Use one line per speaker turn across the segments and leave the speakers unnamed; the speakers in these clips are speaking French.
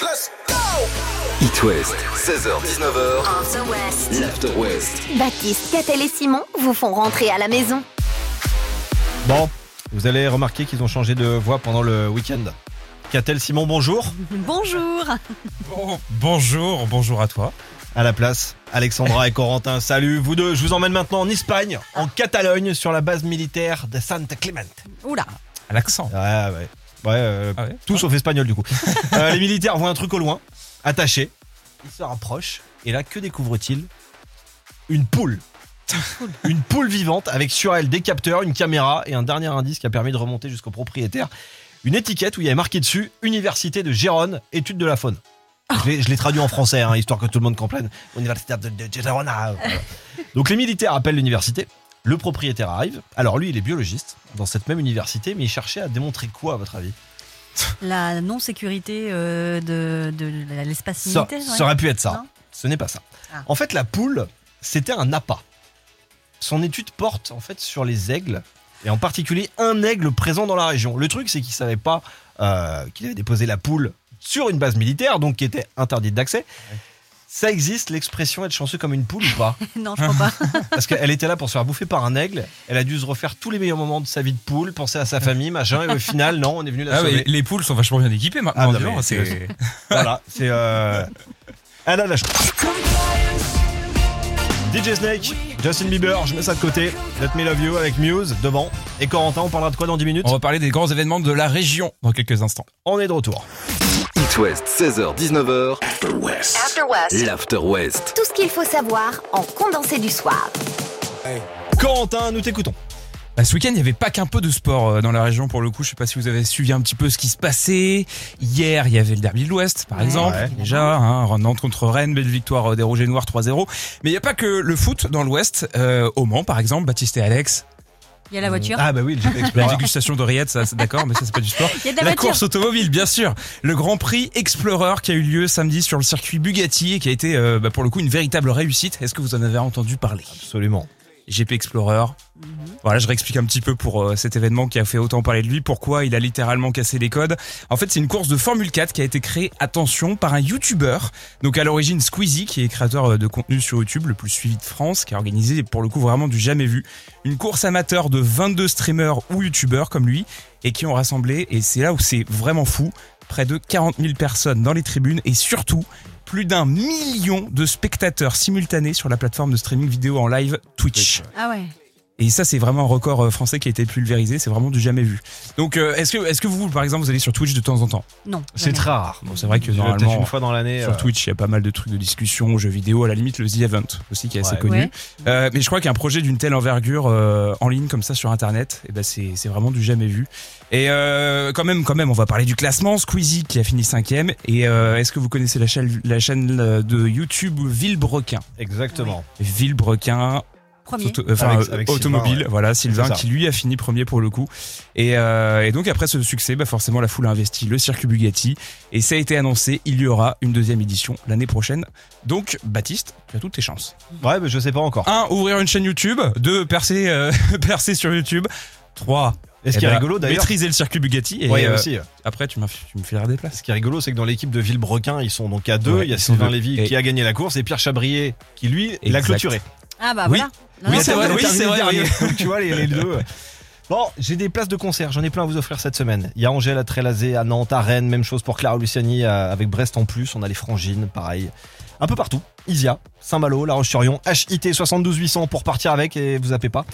Let's go
It West, 16h-19h,
After West.
l'After West.
Baptiste, Catel et Simon vous font rentrer à la maison.
Bon, vous allez remarquer qu'ils ont changé de voix pendant le week-end. Catel Simon, bonjour.
Bonjour
Oh, bonjour, bonjour à toi.
À la place, Alexandra et Corentin, salut vous deux. Je vous emmène maintenant en Espagne, en Catalogne, sur la base militaire de Santa Clement.
Oula
L'accent.
Ouais, ouais. Ouais, euh,
Ah ouais
tout sauf espagnol du coup. Euh, les militaires voient un truc au loin, attaché. Ils se rapprochent et là, que découvrent-ils Une poule. une poule vivante avec sur elle des capteurs, une caméra et un dernier indice qui a permis de remonter jusqu'au propriétaire. Une étiquette où il y avait marqué dessus Université de Gérone, étude de la faune.
Oh.
Je l'ai- je l'ai traduit en français, hein, histoire que tout le monde comprenne. Université de, de Gérone. ah, voilà. Donc les militaires appellent l'université. Le propriétaire arrive. Alors lui, il est biologiste dans cette même université, mais il cherchait à démontrer quoi, à votre avis
La non-sécurité euh, de, de la- l'espace
ça,
militaire
ça aurait pu être ça.
Non.
Ce n'est pas ça.
Ah.
En fait, la poule, c'était un appât. Son étude porte en fait sur les aigles, et en particulier un aigle présent dans la région. Le truc, c'est qu'il savait pas euh, qu'il avait déposé la poule sur une base militaire, donc qui était interdite d'accès. Ça existe, l'expression être chanceux comme une poule ou pas
ouais. Non, je crois pas.
Parce qu'elle était là pour se faire bouffer par un aigle, elle a dû se refaire tous les meilleurs moments de sa vie de poule, penser à sa famille, machin, et au final, non, on est venu la
Ah
sauver.
ouais, les poules sont vachement bien équipées
Ah
maintenant. hein,
non,
dis donc,
mais
c'est-
Voilà, c'est. Euh... Elle a la chance. DJ Snake, Justin Bieber, je mets ça de côté. Let Me Love You avec Muse devant. Et Corentin, on parlera de quoi dans 10 minutes
On va parler des grands événements de la région dans quelques instants.
On est de retour.
It West, 16h-19h,
After West.
l'After West.
Tout ce qu'il faut savoir en condensé du soir.
Corentin, nous t'écoutons.
Bah, ce week-end, il n'y avait pas qu'un peu de sport euh, dans la région pour le coup. Je sais pas si vous avez suivi un petit peu ce qui se passait. Hier, il y avait le derby de l'Ouest, par
Ouais.
exemple.
Ouais.
Déjà, hein, Nantes contre Rennes, belle victoire euh, des Rouges et Noirs 3-0. Mais il n'y a pas que le foot dans l'Ouest. Euh, au Mans, par exemple, Baptiste et Alex.
Il y a la voiture.
Ah bah oui, le GP
La
Explorer.
dégustation d'oreillettes, ça, c'est d'accord, mais ça, c'est pas du sport.
Il y a de la,
La
voiture.
course automobile, bien sûr. Le Grand Prix Explorer qui a eu lieu samedi sur le circuit Bugatti et qui a été euh, bah, pour le coup une véritable réussite. Est-ce que vous en avez entendu parler
Absolument.
GP Explorer. Voilà, je réexplique un petit peu pour euh, cet événement qui a fait autant parler de lui, pourquoi il a littéralement cassé les codes. En fait, c'est une course de Formule 4 qui a été créée, attention, par un YouTuber. Donc à l'origine Squeezie, qui est créateur euh, de contenu sur YouTube, le plus suivi de France, qui a organisé pour le coup vraiment du jamais vu. Une course amateur de 22 streamers ou YouTubers comme lui, et qui ont rassemblé, et c'est là où c'est vraiment fou, près de 40 000 personnes dans les tribunes, et surtout plus d'un million de spectateurs simultanés sur la plateforme de streaming vidéo en live Twitch.
Ah ouais.
Et ça, c'est vraiment un record euh, français qui a été pulvérisé. C'est vraiment du jamais vu. Donc, euh, est-ce que, est-ce que vous, par exemple, vous allez sur Twitch de temps en temps
Non.
C'est
jamais.
très rare.
Bon, c'est vrai que
Je vais peut-être
normalement,
une fois dans l'année. euh,
Sur Twitch, il y a pas mal de trucs de discussion, jeux vidéo, à la limite le The Event aussi qui est assez
Ouais.
connu.
Ouais.
Euh, mais je crois qu'un projet d'une telle envergure euh, en ligne comme ça sur Internet, eh ben c'est c'est vraiment du jamais vu. Et euh, quand même, quand même, on va parler du classement. Squeezie qui a fini cinquième. Et euh, est-ce que vous connaissez la chaîne, la chaîne euh, de YouTube Villebrequin
Exactement.
Villebrequin,
Premier.
Auto- enfin,
Avec- avec
euh, automobile,
Sylvain, ouais.
voilà Sylvain
C'est ça.
qui lui a fini premier pour le coup. Et, euh, et donc après ce succès, bah forcément la foule a investi le circuit Bugatti et ça a été annoncé, il y aura une deuxième édition l'année prochaine. Donc Baptiste, tu as toutes tes chances.
Ouais, mais je sais pas encore.
Un, ouvrir une chaîne YouTube. Deux, percer, euh, percer sur YouTube. Trois,
Et ce
eh
qui est
ben,
rigolo d'ailleurs.
maîtriser le circuit Bugatti. Et
Ouais,
euh,
aussi.
après, tu, m'as- tu me fileras des places.
Ce qui est rigolo, c'est que dans l'équipe de Villebrequin, ils sont donc à deux.
Ouais,
il y a
ils sont
Sylvain
deux.
Lévy
Et-
qui a gagné la course et Pierre Chabrier qui lui l'a
Exact.
clôturé.
Ah bah
Oui.
voilà. Non,
Oui,
non,
c'est
non,
vrai,
non.
oui. c'est vrai,
Dernier, tu vois, les, les deux. Bon, j'ai des places de concert, j'en ai plein à vous offrir cette semaine. Il y a Angèle à Trélazé, à Nantes, à Rennes, même chose pour Clara Luciani à- avec Brest en plus. On a les Frangines, pareil. Un peu partout. Isia, Saint-Malo, La Roche-sur-Yon, HIT 72 800 pour partir avec et vous zappez pas.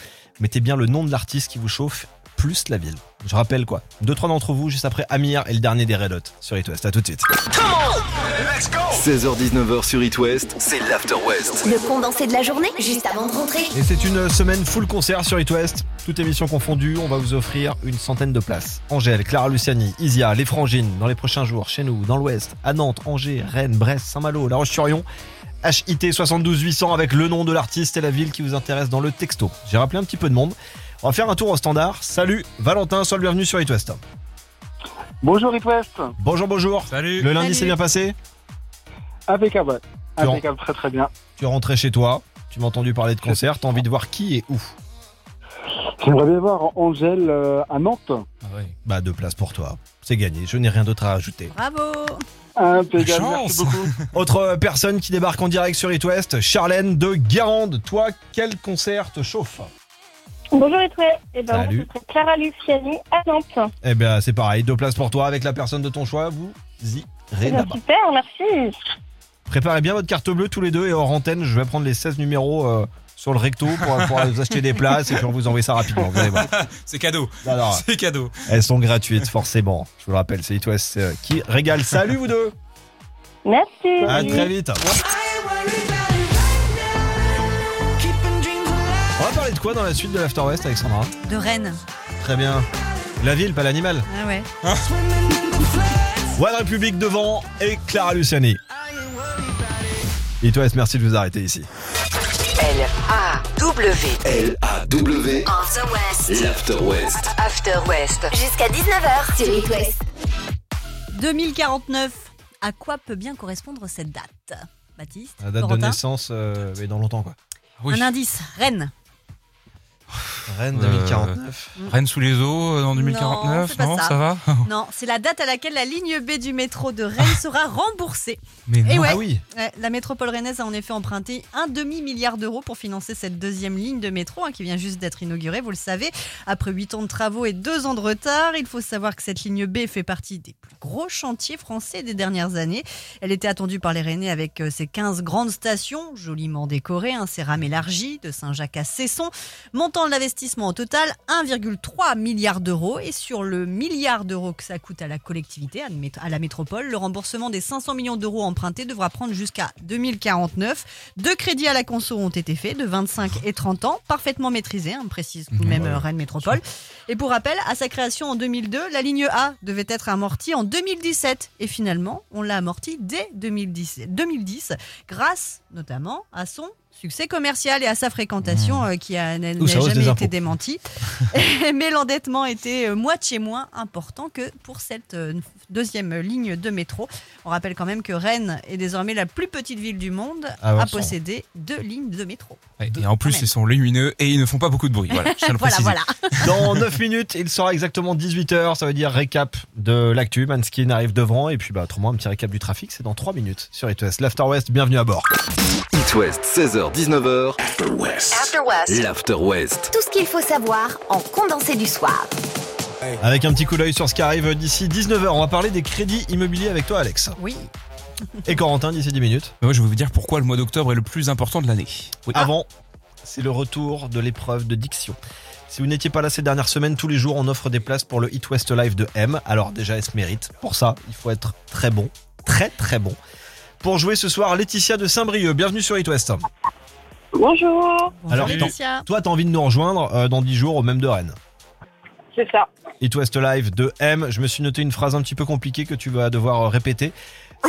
Mettez bien le nom de l'artiste qui vous chauffe, plus la ville. Je rappelle quoi Deux, trois d'entre vous juste après Amir et le dernier des Red Hot sur It West. À tout de suite.
16h-19h sur It West, c'est l'After West.
Le condensé de la journée, juste avant de rentrer.
Et c'est une semaine full concert sur It West. Toute émission confondue, on va vous offrir une centaine de places. Angèle, Clara Luciani, Isia, Les Frangines, dans les prochains jours, chez nous, dans l'Ouest, à Nantes, Angers, Rennes, Brest, Saint-Malo, La Roche-sur-Yon. HIT 72 800 avec le nom de l'artiste et la ville qui vous intéresse dans le texto. J'ai rappelé un petit peu de monde. On va faire un tour au standard. Salut Valentin, sois le bienvenu sur It West.
Bonjour It West,
Bonjour, bonjour.
Salut.
Le lundi
Salut.
s'est bien passé
impeccable,
Laurent.
impeccable, très très bien.
Tu es rentré chez toi, tu m'as entendu parler de concert, t'as envie de voir qui et où
J'aimerais bien voir Angèle euh, à Nantes.
Ah
Bah, deux places pour toi. C'est gagné. Je n'ai rien d'autre à ajouter.
Bravo
Impeccable,
Chance.
merci beaucoup.
Autre euh, personne qui débarque en direct sur It West, Charlène de Guérande. Toi, quel concert te chauffe
Bonjour et toi. Eh ben,
Salut.
moi, ce serait Clara Luciani à Nantes.
Eh bien, c'est pareil. Deux places pour toi avec la personne de ton choix. Vous irez
Eh ben,
là-bas.
super, merci.
Préparez bien votre carte bleue tous les deux et hors antenne, je vais prendre les 16 numéros euh, sur le recto pour, pour vous acheter des places et puis on vous envoie ça rapidement. Vous allez voir.
C'est cadeau.
Non, non,
C'est cadeau.
elles sont gratuites, forcément. Je vous le rappelle, c'est It West, euh, qui régale. Salut vous deux
Merci.
À très vite On va parler de quoi dans la suite de l'After West, Alexandra
De Rennes.
Très bien. La ville, pas l'animal.
Ah ouais.
One République devant et Clara Luciani. It West, merci de vous arrêter ici.
L-A-W.
L-A-W,
On the West.
l'After West.
After West.
Jusqu'à 19h sur It West.
2049. À quoi peut bien correspondre cette date Baptiste
La date de
Corentin
naissance, euh, mais dans longtemps quoi.
Ah Oui.
Un indice, Rennes.
Rennes
Euh,
2049.
Rennes sous les eaux euh, en
Non,
2049,
c'est pas
non,
ça.
ça va
Non, c'est la date à laquelle la ligne B du métro de Rennes
Ah.
sera remboursée.
Mais
Et
non.
ouais.
Ah oui,
Ouais, la métropole rennaise a en effet emprunté un demi-milliard d'euros pour financer cette deuxième ligne de métro hein, qui vient juste d'être inaugurée, vous le savez. Après huit ans de travaux et deux ans de retard, il faut savoir que cette ligne B fait partie des plus gros chantiers français des dernières années. Elle était attendue par les Rennais avec euh, ses 15 grandes stations, joliment décorées, hein, ses rames élargies, de Saint-Jacques à Cesson. Montant de l'investissement au total, 1,3 milliard d'euros. Et sur le milliard d'euros que ça coûte à la collectivité, à la mét- à la métropole, le remboursement des 500 millions d'euros empruntés devra prendre jusqu'à 2049. Deux crédits à la conso ont été faits de 25 et 30 ans, parfaitement maîtrisés, hein, précise
Mhm.
tout de même euh, Rennes Métropole. Et pour rappel, à sa création en 2002, la ligne A devait être amortie en 2017. Et finalement, on l'a amortie dès 2010, 2010 grâce notamment à son succès commercial et à sa fréquentation euh, qui a- n'a n'a
Ou sa Mmh. hausse
jamais
des
été
impôts.
démentie. Mais l'endettement était euh, moitié moins important que pour cette euh, deuxième ligne de métro. On rappelle quand même que Rennes est désormais la plus petite ville du monde
Ah ouais,
à
sans-
posséder deux lignes de métro.
Ouais, Et en plus,
Rennes.
ils sont lumineux et ils ne font pas beaucoup de bruit. Voilà, je tiens à le
Voilà,
préciser.
voilà.
Euh, Dans 9 minutes, il sera exactement 18h, ça veut dire récap de l'actu. Manskin arrive devant et puis bah autrement un petit récap du trafic, c'est dans 3 minutes sur It West. L'After West, bienvenue à bord.
It West, 16h-19h,
After West.
l'After West.
Tout ce qu'il faut savoir en condensé du soir.
Avec un petit coup d'œil sur ce qui arrive d'ici 19h, on va parler des crédits immobiliers avec toi Alex.
Oui.
Et Corentin d'ici 10 minutes.
Mais Moi, je vais vous dire pourquoi le mois d'octobre est le plus important de l'année. Oui.
Avant, c'est le retour de l'épreuve de diction. Si vous n'étiez pas là ces dernières semaines, tous les jours on offre des places pour le Hit West Live de M. Alors déjà, elle se mérite. Pour ça, il faut être très bon, très très bon. Pour jouer ce soir, Laetitia de Saint-Brieuc, bienvenue sur It West.
Bonjour.
Alors,
Bonjour, Laetitia.
Toi, t'as envie de nous rejoindre euh, dans 10 jours au même de Rennes.
C'est ça.
It West Live de M. Je me suis noté une phrase un petit peu compliquée que tu vas devoir euh, répéter.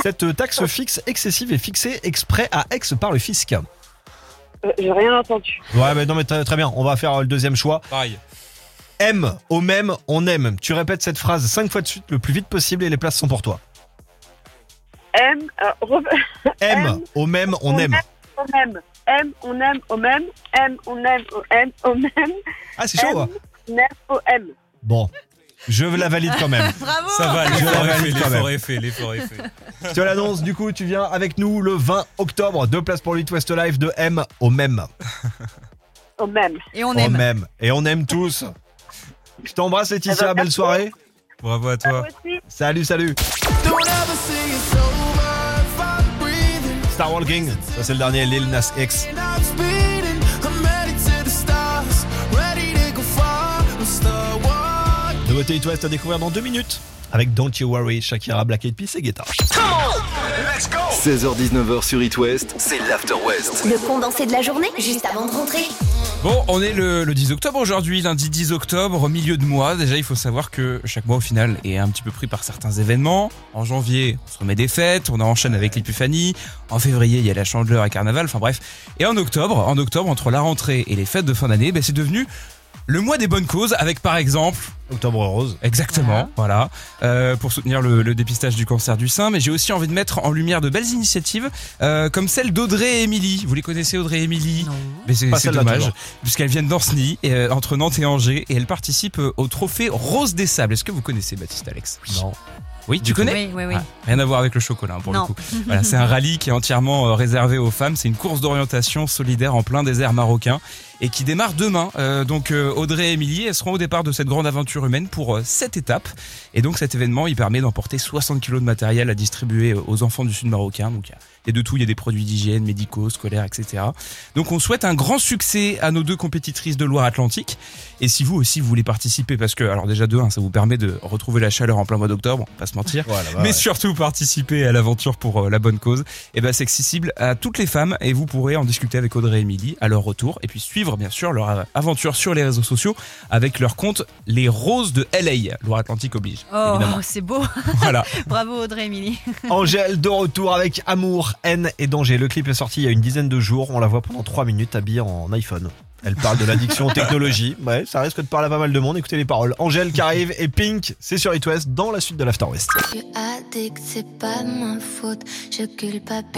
Cette euh, taxe fixe excessive est fixée exprès à Aix par le fisc.
Euh, J'ai rien entendu.
Ouais, mais non, mais t'as- très bien. On va faire euh, le deuxième choix.
Ah, Pareil.
M, au même, on aime. Tu répètes cette phrase 5 fois de suite le plus vite possible et les places sont pour toi.
M, euh, re-
M,
M,
au même, on aime.
au même. M, on aime au même. M, on aime au M, au même.
Ah, c'est chaud.
M.
hein
On aime au M.
Bon. Je la valide quand même.
Bravo.
Ça va,
Je
l'effort est
valide
fait,
quand
l'effort est fait, l'effort est fait.
Je te l'annonce, du coup, tu viens avec nous le 20 octobre. Deux places pour le Hit West Live de M au même.
Au même.
Et on
On
Oh,
aime.
m'aime. Et on aime tous. Je t'embrasse
Eh
Laetitia,
ben,
belle soirée.
Bravo à
Toi
toi.
aussi.
Salut, salut. Star Walking, ça c'est le dernier Lil Nas X. Nouveauté It West à découvrir dans deux minutes avec Don't You Worry, Shakira, Black Eyed Peas et Guetta.
16h-19h sur It West, c'est l'After West.
Le condensé de la journée juste avant de rentrer.
Bon, on est le, le 10 octobre aujourd'hui, lundi 10 octobre, milieu de mois. Déjà, il faut savoir que chaque mois, au final, est un petit peu pris par certains événements. En janvier, on se remet des fêtes, on enchaîne avec l'épiphanie. En février, il y a la chandeleur et carnaval, enfin bref. Et en octobre, en octobre, entre la rentrée et les fêtes de fin d'année, ben, c'est devenu le mois des bonnes causes avec par exemple
Octobre rose.
Exactement, voilà. Euh, pour soutenir le, le dépistage du cancer du sein, mais j'ai aussi envie de mettre en lumière de belles initiatives euh, comme celle d'Audrey et Émilie. Vous les connaissez, Audrey et Émilie
Non.
Mais c'est
Pas
c'est
celle-là,
dommage,
toujours.
puisqu'elles viennent d'Anceny, et, euh, entre Nantes et Angers, et elles participent euh, au trophée Rose des Sables. Est-ce que vous connaissez Baptiste Alex
Non.
Oui, tu connais
Oui, oui, oui.
Ah, Rien à voir avec le chocolat hein, pour
Non.
le coup. Voilà, c'est un rallye qui est entièrement euh, réservé aux femmes. C'est une course d'orientation solidaire en plein désert marocain et qui démarre demain. Euh, donc euh, Audrey et Émilie, elles seront au départ de cette grande aventure humaine pour euh, sept étapes. Et donc cet événement, il permet d'emporter 60 kilos de matériel à distribuer euh, aux enfants du sud marocain. Donc il y a- il y a de tout, il y a des produits d'hygiène, médicaux, scolaires, etc. Donc on souhaite un grand succès à nos deux compétitrices de Loire-Atlantique. Et si vous aussi vous voulez participer, parce que alors déjà de un, ça vous permet de retrouver la chaleur en plein mois d'octobre, on va pas se mentir
Voilà,
mais surtout participer à l'aventure pour euh, la bonne cause. Et ben c'est accessible à toutes les femmes et vous pourrez en discuter avec Audrey et Emily à leur retour et puis suivre bien sûr leur euh, aventure sur les réseaux sociaux avec leur compte Les Roses de LA, Loire-Atlantique oblige.
Oh,
Évidemment.
c'est beau.
Voilà.
Bravo Audrey Émilie.
Angèle de retour avec Amour, haine et danger. Le clip est sorti il y a une dizaine de jours. On la voit pendant 3 minutes habillée en iPhone. Elle parle de l'addiction aux technologies. Ouais, ça risque de parler à pas mal de monde. Écoutez les paroles. Angèle qui arrive et Pink, c'est sur It West dans la suite de l'After West.
Je suis addict, c'est pas de ma faute. Je culpabilise.